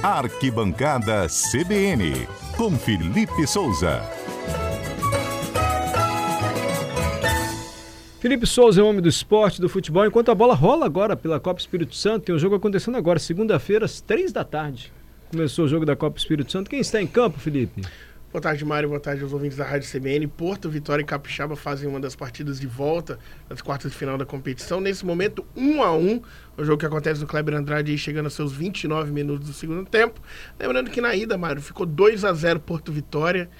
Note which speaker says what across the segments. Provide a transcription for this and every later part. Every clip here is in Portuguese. Speaker 1: Arquibancada CBN, com Felipe Souza.
Speaker 2: Felipe Souza é o homem do esporte, do futebol, enquanto a bola rola agora pela Copa Espírito Santo, tem um jogo acontecendo agora, segunda-feira, às três da tarde. Começou o jogo da Copa Espírito Santo. Quem está em campo, Felipe?
Speaker 3: Boa tarde, Mário. Boa tarde aos ouvintes da Rádio CBN. Porto, Vitória e Capixaba fazem uma das partidas de volta das quartas de final da competição. Nesse momento, um a um, o jogo que acontece no Kleber Andrade chegando aos seus 29 minutos do segundo tempo. Lembrando que na ida, Mário, ficou 2 a 0 Porto Vitória.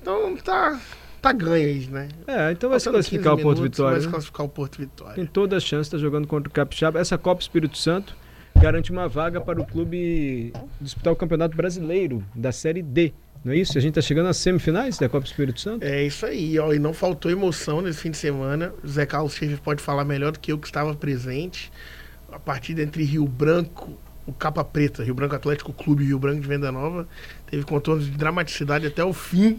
Speaker 3: Então tá tá ganho aí, né?
Speaker 2: É, então vai se classificar o Porto
Speaker 3: minutos,
Speaker 2: Vitória.
Speaker 3: Vai se
Speaker 2: né?
Speaker 3: classificar o Porto Vitória.
Speaker 2: Tem toda a chance de estar jogando contra o Capixaba. Essa Copa Espírito Santo garante uma vaga para o clube disputar o Campeonato Brasileiro da Série D. Não é isso? A gente está chegando às semifinais da Copa Espírito Santo?
Speaker 3: É isso aí, ó. E não faltou emoção nesse fim de semana. O Zé Carlos Schaefer pode falar melhor do que eu que estava presente. A partida entre Rio Branco, o Capa Preta, Rio Branco Atlético Clube e Rio Branco de Venda Nova, teve contornos de dramaticidade até o fim.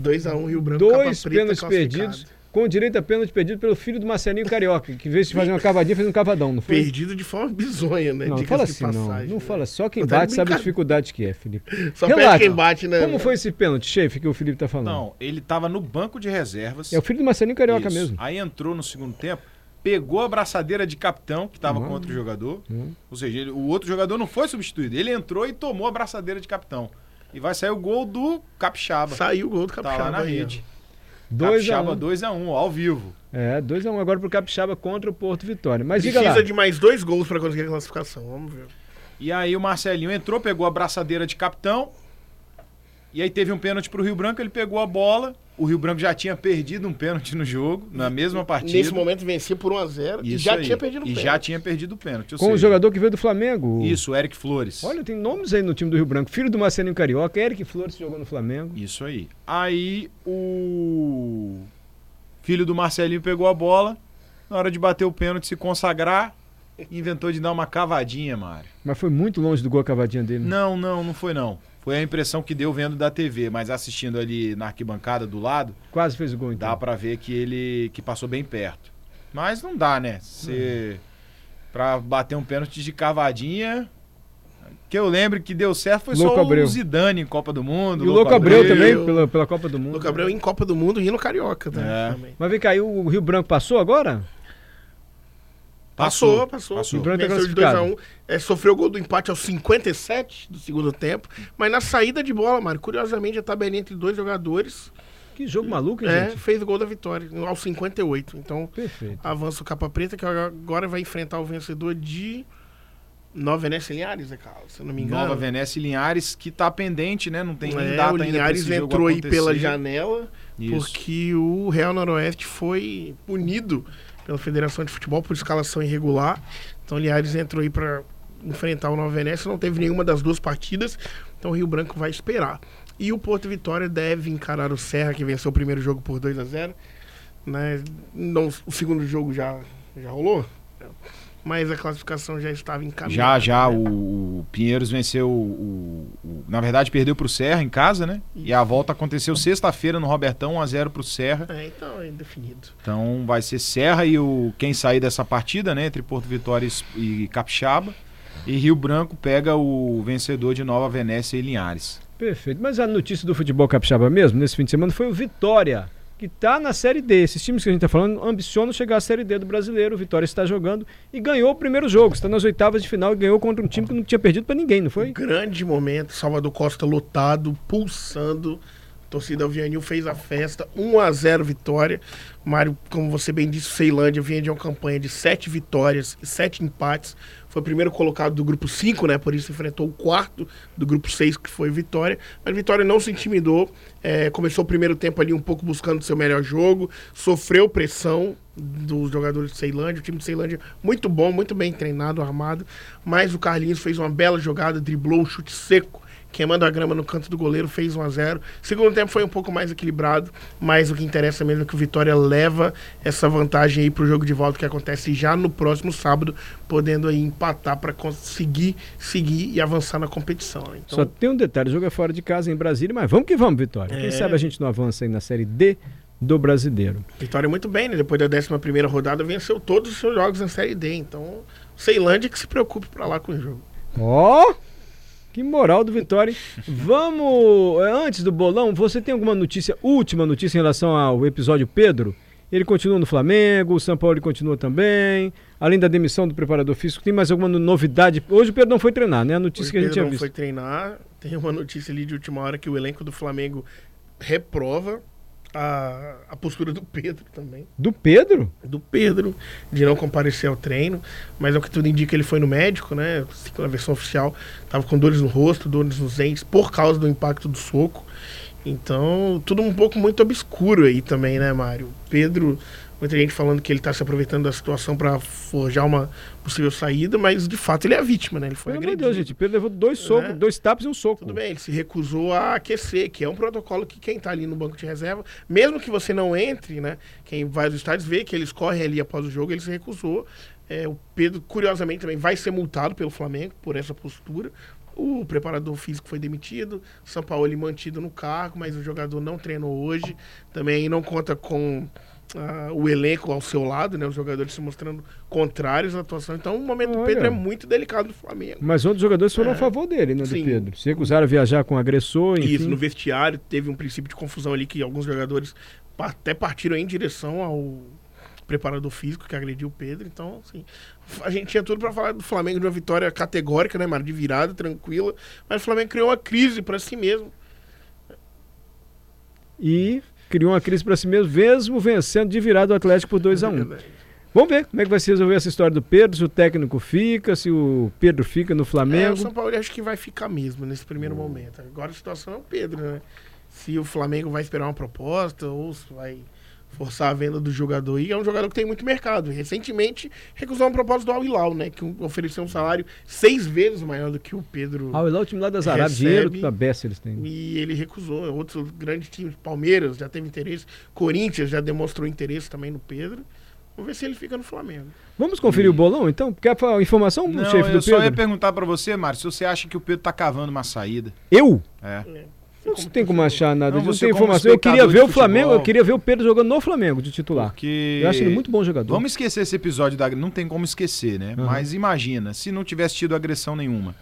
Speaker 3: 2x1 Rio Branco,
Speaker 2: Dois
Speaker 3: Capa Preta
Speaker 2: pênaltis
Speaker 3: classificado.
Speaker 2: perdidos, com direito a pênalti perdido pelo filho do Marcelinho Carioca, que em vez de fazer uma cavadinha, fez um cavadão, não foi?
Speaker 3: Perdido de forma bizonha, né?
Speaker 2: Não, não
Speaker 3: Dicas
Speaker 2: fala
Speaker 3: de
Speaker 2: assim, não.
Speaker 3: passagem,
Speaker 2: Não
Speaker 3: né?
Speaker 2: fala. Só quem
Speaker 3: Eu tava
Speaker 2: bate sabe a
Speaker 3: brincando.
Speaker 2: dificuldade que é, Felipe.
Speaker 3: Só
Speaker 2: Relata.
Speaker 3: perde quem bate, né?
Speaker 2: Como foi esse pênalti, chefe, que o Felipe tá falando?
Speaker 4: Não, ele estava no banco de reservas.
Speaker 2: É o filho do Marcelinho Carioca
Speaker 4: Isso.
Speaker 2: mesmo.
Speaker 4: Aí entrou no segundo tempo, pegou a braçadeira de capitão, que estava
Speaker 2: Uhum.
Speaker 4: contra o jogador.
Speaker 2: Uhum.
Speaker 4: Ou seja, ele- o outro jogador não foi substituído. Ele entrou e tomou a braçadeira de capitão. E vai sair o gol do Capixaba.
Speaker 3: Saiu o gol do
Speaker 4: tá
Speaker 3: Capixaba
Speaker 4: lá na
Speaker 3: aí, ó.
Speaker 4: rede.
Speaker 2: Dois a
Speaker 4: Capixaba
Speaker 2: um.
Speaker 4: 2 a 1 ao vivo.
Speaker 2: É, 2 a 1 um agora pro Capixaba contra o Porto Vitória. Mas diga lá.
Speaker 3: Precisa de um mais dois gols pra conseguir a classificação. Vamos ver.
Speaker 4: E aí o Marcelinho entrou, pegou a braçadeira de capitão. E aí teve um pênalti pro Rio Branco, ele pegou a bola. O Rio Branco já tinha perdido um pênalti no jogo, na mesma partida.
Speaker 3: Nesse momento vencia por 1x0 e
Speaker 4: Isso
Speaker 3: já
Speaker 4: aí.
Speaker 3: tinha perdido o
Speaker 4: E
Speaker 3: pênalti.
Speaker 4: já tinha perdido o pênalti. ou
Speaker 2: Com o
Speaker 4: seja,
Speaker 2: jogador que veio do Flamengo. o-
Speaker 4: Isso, o Eric Flores.
Speaker 2: Olha, tem nomes aí no time do Rio Branco. Filho do Marcelinho Carioca, Eric Flores jogou no Flamengo.
Speaker 4: Isso aí. Aí o filho do Marcelinho pegou a bola, na hora de bater o pênalti, se consagrar, inventou de dar uma cavadinha, Mário.
Speaker 2: Mas foi muito longe do gol a cavadinha dele.
Speaker 4: Não, não, não foi não. Foi a impressão que deu vendo da TV, mas assistindo ali na arquibancada do lado,
Speaker 2: Quase fez o gol então.
Speaker 4: dá pra ver que ele que passou bem perto. Mas não dá, né?
Speaker 3: Hum.
Speaker 4: Você pra bater um pênalti de cavadinha, que eu lembro que deu certo foi
Speaker 2: Louco
Speaker 4: só
Speaker 2: Abreu.
Speaker 4: o Zidane em Copa do Mundo.
Speaker 2: E o Louco Abreu,
Speaker 3: Abreu.
Speaker 2: também, pela, pela Copa do Mundo.
Speaker 3: Lucas Abreu é em Copa do Mundo e no Carioca tá?
Speaker 4: É.
Speaker 3: também.
Speaker 2: Mas vem cá, e o Rio Branco passou agora?
Speaker 3: Passou, passou.
Speaker 4: Passou.
Speaker 2: E o Branco tá
Speaker 3: Venceu de
Speaker 2: classificado.
Speaker 3: 2x1. É, sofreu o gol do empate aos 57 do segundo tempo. Mas na saída de bola, Mário, curiosamente a tabela entre dois jogadores
Speaker 2: Que jogo maluco, hein,
Speaker 3: é,
Speaker 2: gente?
Speaker 3: fez o gol da vitória aos 58. Então
Speaker 2: Perfeito.
Speaker 3: avança o Capa Preta, que agora vai enfrentar o vencedor de Nova Venécia e Linhares, né, Carlos? Se eu não me engano.
Speaker 4: Nova Venécia e Linhares, que tá pendente, né? Não tem nem
Speaker 3: É,
Speaker 4: data
Speaker 3: o
Speaker 4: ainda pra
Speaker 3: Linhares
Speaker 4: esse jogo
Speaker 3: entrou aí
Speaker 4: acontecer.
Speaker 3: pela janela
Speaker 4: Isso.
Speaker 3: porque o Real Noroeste foi punido pela Federação de Futebol por escalação irregular. Então o Linhares entrou aí para enfrentar o Nova Venécia, não teve nenhuma das duas partidas, então o Rio Branco vai esperar. E o Porto Vitória deve encarar o Serra, que venceu o primeiro jogo por 2 a 0 né? Não, o segundo jogo já, já rolou, né? mas a classificação já estava
Speaker 4: Já,
Speaker 3: encaminhada.
Speaker 4: já, o, o Pinheiros venceu. O, o- na verdade, perdeu pro Serra em casa, né? E a volta aconteceu sexta-feira no Robertão, 1x0 pro Serra.
Speaker 3: É, então é indefinido.
Speaker 4: Então vai ser Serra e o quem sair dessa partida, né? Entre Porto Vitória e S- e Capixaba. E Rio Branco pega o vencedor de Nova Venécia e Linhares.
Speaker 2: Perfeito. Mas a notícia do futebol capixaba mesmo, nesse fim de semana, foi o Vitória, que tá na Série D. Esses times que a gente tá falando ambicionam chegar à Série D do brasileiro. O Vitória está jogando e ganhou o primeiro jogo. Está nas oitavas de final e ganhou contra um time que não tinha perdido pra ninguém, não
Speaker 3: Um
Speaker 2: foi?
Speaker 3: grande momento, Salvador Costa lotado, pulsando. A torcida Alvianil fez a festa, 1 a 0 vitória. Mário, como você bem disse, Ceilândia vinha de uma campanha de sete vitórias e sete empates. Foi o primeiro colocado do grupo 5, né? Por isso enfrentou o quarto do grupo 6, que foi Vitória. Mas Vitória não se intimidou. eh, começou o primeiro tempo ali um pouco buscando seu melhor jogo. Sofreu pressão dos jogadores de Ceilândia. O time de Ceilândia muito bom, muito bem treinado, armado. Mas o Carlinhos fez uma bela jogada, driblou um chute seco, queimando a grama no canto do goleiro, fez 1 a 0 Segundo tempo foi um pouco mais equilibrado, mas o que interessa mesmo é que o Vitória leva essa vantagem aí pro jogo de volta que acontece já no próximo sábado, podendo aí empatar para conseguir seguir e avançar na competição. né? Então,
Speaker 2: Só tem um detalhe, o jogo é fora de casa em Brasília, mas vamos que vamos, Vitória. Quem
Speaker 3: É.
Speaker 2: sabe a gente não avança aí na Série D do brasileiro.
Speaker 3: Vitória muito bem, né? Depois da 11 rodada, venceu todos os seus jogos na Série D. Então, Ceilândia que se preocupe para lá com o jogo.
Speaker 2: Ó! Que moral do Vitória. hein? Vamos, é, antes do bolão, você tem alguma notícia, última notícia em relação ao episódio Pedro? Ele continua no Flamengo, o São Paulo ele continua também. Além da demissão do preparador físico, tem mais alguma no- novidade? Hoje o Pedro não foi treinar, né? A notícia
Speaker 3: O
Speaker 2: que a gente tinha
Speaker 3: Pedrão
Speaker 2: visto.
Speaker 3: foi treinar. Tem uma notícia ali de última hora que o elenco do Flamengo reprova a, a postura do Pedro também.
Speaker 2: Do Pedro?
Speaker 3: Do Pedro, de não comparecer ao treino. Mas ao que tudo indica, ele foi no médico, né? Assim, Na versão oficial, tava com dores no rosto, dores nos dentes, por causa do impacto do soco. Então, tudo um pouco muito obscuro aí também, né, Mário? Pedro, muita gente falando que ele tá se aproveitando da situação para forjar uma possível saída, mas de fato ele é a vítima, né? Ele foi
Speaker 2: Pelo amor de
Speaker 3: agredido.
Speaker 2: Deus, gente. O Pedro levou dois socos,
Speaker 3: Né?
Speaker 2: dois tapas e um soco.
Speaker 3: Tudo bem, ele se recusou a aquecer, que é um protocolo que quem tá ali no banco de reserva, mesmo que você não entre, né? Quem vai aos estádios vê que eles correm ali após o jogo, ele se recusou. É, o Pedro, curiosamente, também vai ser multado pelo Flamengo por essa postura. O preparador físico foi demitido, São Paulo ele mantido no cargo, mas o jogador não treinou hoje. Também não conta com ah, o elenco ao seu lado, né? Os jogadores se mostrando contrários à atuação. Então, o momento do
Speaker 2: Olha.
Speaker 3: Pedro é muito delicado do Flamengo.
Speaker 2: Mas outros jogadores foram
Speaker 3: É.
Speaker 2: a favor dele, né?
Speaker 3: Sim.
Speaker 2: Do Pedro. Se recusaram a viajar com agressor, enfim.
Speaker 3: Isso, no vestiário teve um princípio de confusão ali que alguns jogadores pa- até partiram em direção ao preparador físico que agrediu o Pedro. Então, assim, a gente tinha tudo pra falar do Flamengo de uma vitória categórica, né, Mário? De virada, tranquila. Mas o Flamengo criou uma crise pra si mesmo.
Speaker 2: E criou uma crise pra si mesmo, mesmo vencendo de virada o Atlético por 2 a 1
Speaker 3: Verdade.
Speaker 2: Vamos ver como é que vai se resolver essa história do Pedro, se o técnico fica, se o Pedro fica no
Speaker 3: É, o
Speaker 2: Flamengo. Hum.
Speaker 3: São Paulo eu acho que vai ficar mesmo nesse primeiro momento. Agora a situação é o Pedro, né? Se o Flamengo vai esperar uma proposta ou se vai forçar a venda do jogador. E é um jogador que tem muito mercado. Recentemente recusou uma proposta do Al Hilal, né? Que ofereceu um salário seis vezes maior do que o Pedro.
Speaker 2: Ah, lá o time lá das Arábias,
Speaker 3: Recebe.
Speaker 2: dinheiro da Bessa eles têm.
Speaker 3: E ele recusou. Outros grandes times, Palmeiras já teve interesse, Corinthians já demonstrou interesse também no Pedro. Vamos ver se ele fica no Flamengo.
Speaker 2: Vamos conferir o bolão então? Quer falar a informação,
Speaker 4: Não,
Speaker 2: chefe
Speaker 4: eu
Speaker 2: do
Speaker 4: só ia
Speaker 2: Pedro?
Speaker 4: perguntar pra você, Márcio, se você acha que o Pedro tá cavando uma saída.
Speaker 2: Eu?
Speaker 4: É.
Speaker 2: Não tem como achar nada,
Speaker 4: Não,
Speaker 2: não, não
Speaker 4: você
Speaker 2: tem
Speaker 4: como
Speaker 2: informação. Eu queria
Speaker 4: espectador
Speaker 2: ver
Speaker 4: de
Speaker 2: o Flamengo,
Speaker 4: futebol.
Speaker 2: eu queria ver o Pedro jogando no Flamengo de titular.
Speaker 4: Porque.
Speaker 2: Eu acho ele muito bom jogador.
Speaker 4: Vamos esquecer esse episódio da. Não tem como esquecer, né?
Speaker 2: Uhum.
Speaker 4: Mas imagina, se não tivesse tido agressão nenhuma.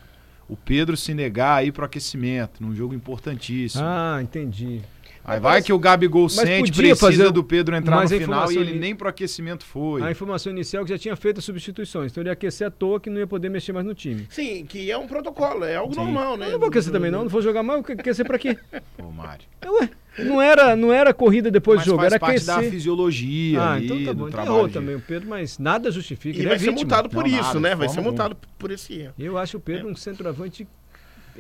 Speaker 4: O Pedro se negar a ir pro aquecimento, num jogo importantíssimo.
Speaker 2: Ah, entendi.
Speaker 4: Aí vai que o Gabigol sente,
Speaker 2: podia
Speaker 4: precisa
Speaker 2: fazer-
Speaker 4: do Pedro entrar no
Speaker 2: mas a
Speaker 4: final e
Speaker 2: informação
Speaker 4: ele
Speaker 2: ali-
Speaker 4: nem pro aquecimento foi.
Speaker 2: A informação inicial é que já tinha feito as substituições, então ele ia aquecer à toa que não ia poder mexer mais no time.
Speaker 3: Sim, que é um protocolo, é algo
Speaker 4: Sim.
Speaker 3: normal, né?
Speaker 2: Eu não vou aquecer também não, não vou jogar mais, eu vou aquecer pra quê?
Speaker 4: Ô, Mário.
Speaker 2: Ué, não era, não era corrida depois
Speaker 4: Mas
Speaker 2: do jogo,
Speaker 4: faz
Speaker 2: era
Speaker 4: parte
Speaker 2: aquecer.
Speaker 4: da fisiologia
Speaker 2: Ah,
Speaker 4: ali,
Speaker 2: então tá
Speaker 4: do
Speaker 2: bom. Então
Speaker 4: trabalho
Speaker 2: errou
Speaker 4: de-
Speaker 2: também o Pedro, mas nada justifica.
Speaker 3: E
Speaker 2: ele
Speaker 3: vai
Speaker 2: é
Speaker 3: ser
Speaker 2: vítima.
Speaker 3: multado por
Speaker 4: Não,
Speaker 3: isso,
Speaker 4: nada, um. de
Speaker 3: né? Vai ser
Speaker 4: forma
Speaker 3: multado por esse erro.
Speaker 2: Eu acho o Pedro um centroavante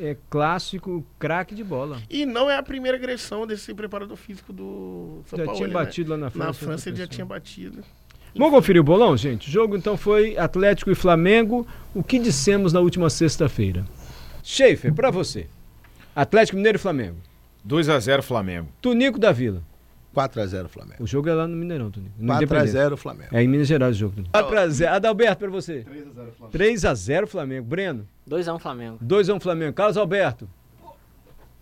Speaker 2: é, clássico, craque de bola.
Speaker 3: E não é a primeira agressão desse preparador físico do São
Speaker 2: já
Speaker 3: Paulo.
Speaker 2: tinha
Speaker 3: né?
Speaker 2: batido lá na França.
Speaker 3: Na França ele já
Speaker 2: outra
Speaker 3: tinha batido.
Speaker 2: pessoa. Vamos conferir o bolão, gente? O jogo então foi Atlético e Flamengo. O que dissemos na última sexta-feira? Schaefer, pra você. Atlético Mineiro e Flamengo.
Speaker 5: 2x0 Flamengo.
Speaker 2: Tunico da Vila.
Speaker 6: 4x0 Flamengo.
Speaker 2: O jogo é lá no Mineirão, Tunico. No Independência.
Speaker 6: 4x0 Flamengo.
Speaker 2: É em Minas Gerais o jogo. Tunico. 4x0. Adalberto, pra você. 3x0 Flamengo. Breno.
Speaker 7: 2x1 Flamengo.
Speaker 2: 2x1 Flamengo. Carlos Alberto.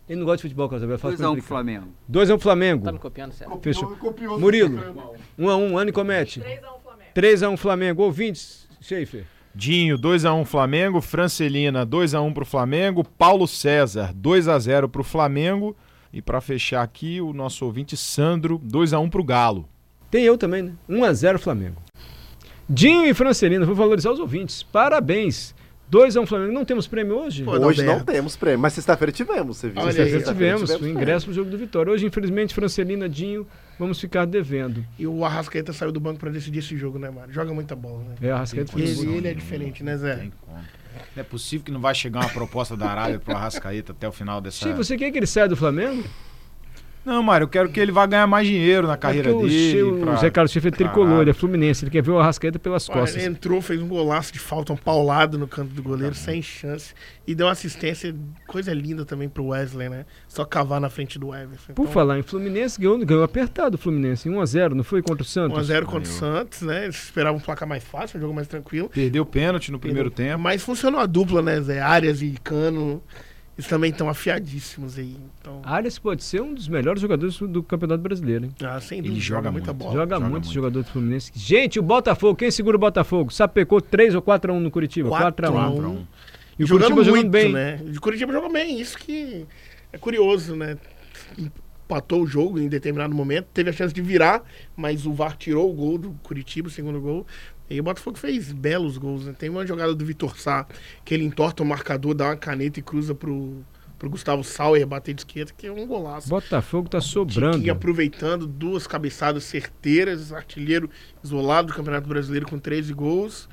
Speaker 2: Ele não gosta de futebol, Carlos Alberto.
Speaker 8: 2 a 1 pro Flamengo.
Speaker 2: 2x1 Flamengo.
Speaker 7: Tá me copiando, sério?
Speaker 2: Fechou. Murilo. 1x1, Anne comete. 3x1 Flamengo. Ouvintes, Schaefer.
Speaker 5: Dinho, 2x1 Flamengo. Francelina, 2x1 pro Flamengo. Paulo César, 2x0 pro Flamengo. E pra fechar aqui, o nosso ouvinte Sandro, 2x1 pro Galo.
Speaker 2: Tem eu também, né? 1x0 Flamengo. Dinho e Francelino, vou valorizar os ouvintes. Parabéns. 2x1 Flamengo. Não temos prêmio hoje?
Speaker 3: Pô,
Speaker 6: Hoje não
Speaker 3: Adalberto.
Speaker 6: temos prêmio, mas sexta-feira tivemos, você viu?
Speaker 3: Olha aí,
Speaker 2: Sexta-feira
Speaker 6: Sexta-feira
Speaker 2: tivemos o ingresso pro jogo do Vitória. Hoje, infelizmente, Francelina, Dinho, vamos ficar devendo.
Speaker 3: E o Arrascaeta saiu do banco pra decidir esse jogo, né, mano? Joga muita bola, né?
Speaker 2: É, Arrascaeta foi
Speaker 3: Ele,
Speaker 2: embora.
Speaker 3: ele é diferente, né,
Speaker 4: Não
Speaker 3: Zé?
Speaker 4: tem como. Não é possível que não vai chegar uma proposta da Arábia pro Arrascaeta até o final dessa.
Speaker 2: Chico, você quer que ele saia do Flamengo?
Speaker 4: Não, Mário, eu quero que ele vá ganhar mais dinheiro na carreira
Speaker 2: É porque o Che-
Speaker 4: dele.
Speaker 2: O,
Speaker 4: pra-
Speaker 2: Zé Carlos Schiff é tricolor,
Speaker 4: Caralho.
Speaker 2: ele é fluminense, ele quer ver o Arrascaeta pelas
Speaker 3: Olha,
Speaker 2: costas.
Speaker 3: ele entrou, fez um golaço de falta, um paulado no canto do goleiro,
Speaker 4: Tá
Speaker 3: sem chance. E deu assistência, coisa linda também pro Wesley, né? Só cavar na frente do Everson.
Speaker 2: Por
Speaker 3: Então,
Speaker 2: falar em Fluminense, ganhou, ganhou apertado o Fluminense, 1x0, não foi contra o Santos?
Speaker 3: 1x0 contra o Santos, né? Eles esperavam um placar mais fácil, um jogo mais tranquilo.
Speaker 4: Perdeu o pênalti no primeiro tempo.
Speaker 3: Mas funcionou a dupla, né, Zé? Arias e Cano. Eles também estão afiadíssimos aí. Então,
Speaker 2: Arias pode ser um dos melhores jogadores do Campeonato Brasileiro, hein?
Speaker 3: ah, sem
Speaker 4: Ele
Speaker 3: dúvida,
Speaker 4: joga
Speaker 3: muita
Speaker 4: muito.
Speaker 3: bola.
Speaker 2: joga,
Speaker 4: joga
Speaker 2: muito,
Speaker 4: muito.
Speaker 2: esse jogador do Fluminense. um Gente, o Botafogo, quem segura o Botafogo? Sapecou 3 ou 4x1 no Curitiba? 4x1.
Speaker 3: 4 a 1.
Speaker 2: E o
Speaker 3: jogando
Speaker 2: Curitiba
Speaker 3: muito,
Speaker 2: jogando bem.
Speaker 3: né? O Curitiba jogou bem, isso que é curioso, né? Empatou o jogo em determinado momento, teve a chance de virar, mas o VAR tirou o gol do Curitiba, o segundo gol. E o Botafogo fez belos gols, né? Tem uma jogada do Vitor Sá, que ele entorta o marcador, dá uma caneta e cruza pro, pro Gustavo Sauer bater de esquerda, que é um golaço.
Speaker 2: Botafogo tá
Speaker 3: Tiquinho
Speaker 2: sobrando.
Speaker 3: aproveitando duas cabeçadas certeiras, artilheiro isolado do Campeonato Brasileiro com 13 gols.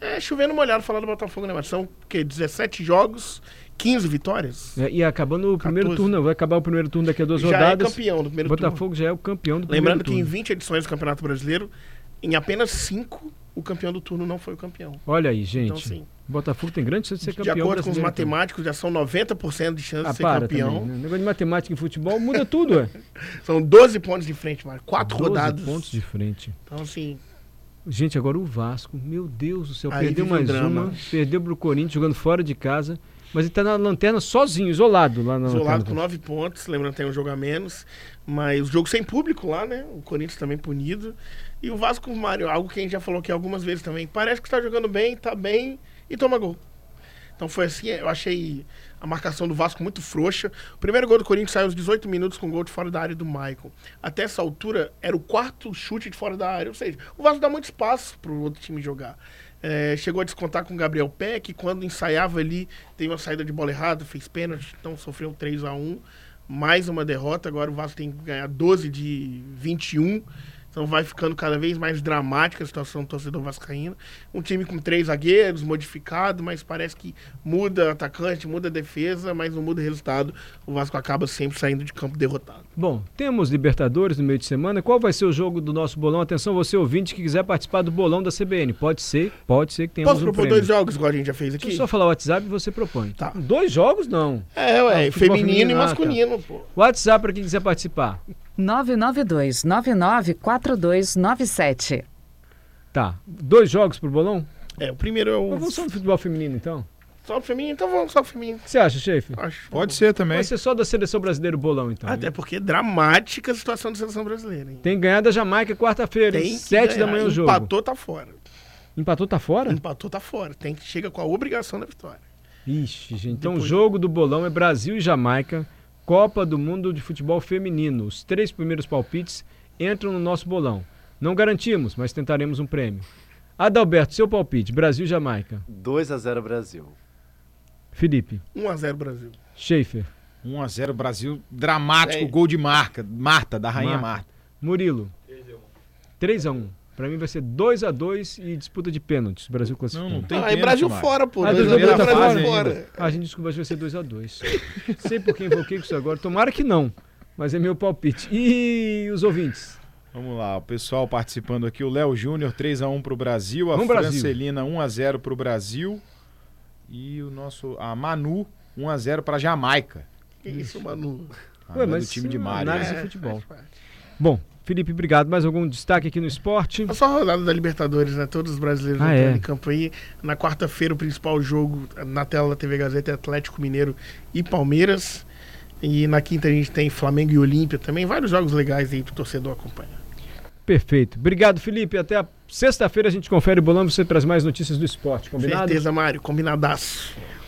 Speaker 3: É, chovendo molhado falar do Botafogo, né, Marcos? São o quê? 17 jogos, 15 vitórias?
Speaker 2: É, E acabando o primeiro
Speaker 3: 14.
Speaker 2: turno, vai acabar o primeiro turno daqui a duas
Speaker 3: Já é
Speaker 2: rodadas.
Speaker 3: campeão do primeiro
Speaker 2: Botafogo
Speaker 3: turno.
Speaker 2: já é o campeão do
Speaker 3: Lembrando
Speaker 2: primeiro
Speaker 3: que em
Speaker 2: turno.
Speaker 3: 20 edições do Campeonato Brasileiro, em apenas 5, o campeão do turno não foi o campeão.
Speaker 2: Olha aí,
Speaker 3: Então,
Speaker 2: gente.
Speaker 3: sim.
Speaker 2: o Botafogo tem grande chance de ser
Speaker 3: De
Speaker 2: campeão
Speaker 3: acordo com os
Speaker 2: brasileiro,
Speaker 3: matemáticos, já são 90% de chance
Speaker 2: então. Ah,
Speaker 3: de ser
Speaker 2: para
Speaker 3: campeão.
Speaker 2: também, né? Negócio de matemática em futebol muda tudo, é.
Speaker 3: São 12 pontos de frente, Mário. 4
Speaker 2: 12
Speaker 3: rodadas.
Speaker 2: pontos de frente.
Speaker 3: Então, assim,
Speaker 2: Gente, agora o Vasco, meu Deus do céu,
Speaker 3: Aí
Speaker 2: perdeu
Speaker 3: vive um
Speaker 2: mais
Speaker 3: drama.
Speaker 2: uma, perdeu pro Corinthians jogando fora de casa, mas ele tá na lanterna sozinho, isolado lá na
Speaker 3: isolado com
Speaker 2: lanterna.
Speaker 3: 9 pontos, lembrando que tem um jogo a menos, mas o jogo sem público lá, né? O Corinthians também punido. E o Vasco, Mário, algo que a gente já falou aqui algumas vezes também, parece que está jogando bem, tá bem e toma gol. Então foi assim, eu achei a marcação do Vasco muito frouxa. O primeiro gol do Corinthians saiu aos 18 minutos com um gol de fora da área do Michael. Até essa altura era o quarto chute de fora da área, ou seja, o Vasco dá muito espaço para o outro time jogar. É, chegou a descontar com o Gabriel Peck, quando ensaiava ali, teve uma saída de bola errada, fez pênalti, então sofreu 3 a 1 mais uma derrota. Agora o Vasco tem que ganhar 12 de 21. Então vai ficando cada vez mais dramática a situação do torcedor vascaíno. Um time com três zagueiros, modificado, mas parece que muda atacante, muda defesa, mas não muda o resultado. O Vasco acaba sempre saindo de campo derrotado.
Speaker 2: Bom, temos Libertadores no meio de semana. Qual vai ser o jogo do nosso bolão? Atenção, você ouvinte que quiser participar do bolão da CBN. Pode ser, pode ser que tenhamos
Speaker 3: Posso
Speaker 2: um
Speaker 3: propor
Speaker 2: prêmio.
Speaker 3: dois jogos, igual a gente já fez
Speaker 2: Deixa eu
Speaker 3: aqui?
Speaker 2: só falar o WhatsApp e você propõe.
Speaker 3: Tá.
Speaker 2: Dois jogos não.
Speaker 3: É, ué,
Speaker 2: Ah, futebol
Speaker 3: feminino,
Speaker 2: feminino,
Speaker 3: e
Speaker 2: ah, tá.
Speaker 3: masculino, pô.
Speaker 2: WhatsApp para quem quiser participar.
Speaker 7: 992 994297.
Speaker 2: Tá. Dois jogos pro bolão?
Speaker 3: É, o primeiro é
Speaker 2: Mas
Speaker 3: o.
Speaker 2: vamos só no futebol feminino então.
Speaker 3: Só o feminino? Então vamos só o feminino.
Speaker 2: O que você acha, chefe?
Speaker 3: Acho.
Speaker 5: Pode ser também.
Speaker 2: Vai ser só da seleção brasileira o bolão então.
Speaker 3: Até porque é dramática a situação da seleção brasileira, hein?
Speaker 2: Tem que ganhar da Jamaica quarta-feira,
Speaker 3: Tem que
Speaker 2: hein? sete da
Speaker 3: ganhar.
Speaker 2: manhã o jogo.
Speaker 3: Empatou, tá fora.
Speaker 2: Empatou, tá fora?
Speaker 3: Empatou, tá fora. Tem que chega com a obrigação da vitória.
Speaker 2: Ixi, gente. Então o
Speaker 3: Depois-
Speaker 2: jogo do bolão é Brasil e Jamaica, Copa do Mundo de Futebol Feminino. Os três primeiros palpites entram no nosso bolão. Não garantimos, mas tentaremos um prêmio. Adalberto, seu palpite, Brasil e Jamaica.
Speaker 6: 2x0 Brasil.
Speaker 2: Felipe,
Speaker 3: 1x0 Brasil.
Speaker 2: Schaefer,
Speaker 5: 1x0 Brasil, dramático,
Speaker 2: É.
Speaker 3: Sei.
Speaker 5: gol de marca, Marta, da rainha Marta.
Speaker 2: Murilo. 3x1. Pra mim vai ser 2x2 e disputa de pênaltis. Brasil classificou.
Speaker 5: Não, não tem
Speaker 4: é
Speaker 3: ah, e
Speaker 5: pênalti,
Speaker 3: Brasil
Speaker 5: Mário.
Speaker 3: fora, pô.
Speaker 2: Ah,
Speaker 3: Dois
Speaker 2: Brasil
Speaker 3: goleiros,
Speaker 2: tá
Speaker 5: fora
Speaker 3: Brasil fora.
Speaker 5: ainda.
Speaker 2: Ah, gente, desculpa, acho que vai ser 2x2. Sei por que invoquei com isso agora. Tomara que não. Mas é meu palpite. E os ouvintes?
Speaker 5: Vamos lá, o pessoal participando aqui, o Léo Júnior, 3x1 pro Brasil, a
Speaker 2: Vamos, Brasil.
Speaker 5: Francelina 1x0 pro Brasil e o nosso, a Manu 1x0 pra Jamaica.
Speaker 3: Que isso, Manu.
Speaker 5: A
Speaker 2: Ué,
Speaker 5: do
Speaker 2: mas
Speaker 5: time de
Speaker 2: isso é
Speaker 5: Mário.
Speaker 2: análise-
Speaker 5: né?
Speaker 2: de futebol.
Speaker 3: faz parte.
Speaker 2: Bom, Felipe, obrigado. Mais algum destaque aqui no esporte?
Speaker 3: É Só a rodada da Libertadores, né? Todos os brasileiros
Speaker 2: Ah,
Speaker 3: entrando
Speaker 2: é.
Speaker 3: em campo aí. Na quarta-feira, o principal jogo na tela da TV Gazeta é Atlético Mineiro e Palmeiras. E na quinta a gente tem Flamengo e Olímpia também. Vários jogos legais aí pro torcedor acompanhar.
Speaker 2: Perfeito. Obrigado, Felipe. Até a sexta-feira a gente confere o bolão e você traz mais notícias do esporte, combinado?
Speaker 3: Certeza, Mário. Combinadaço.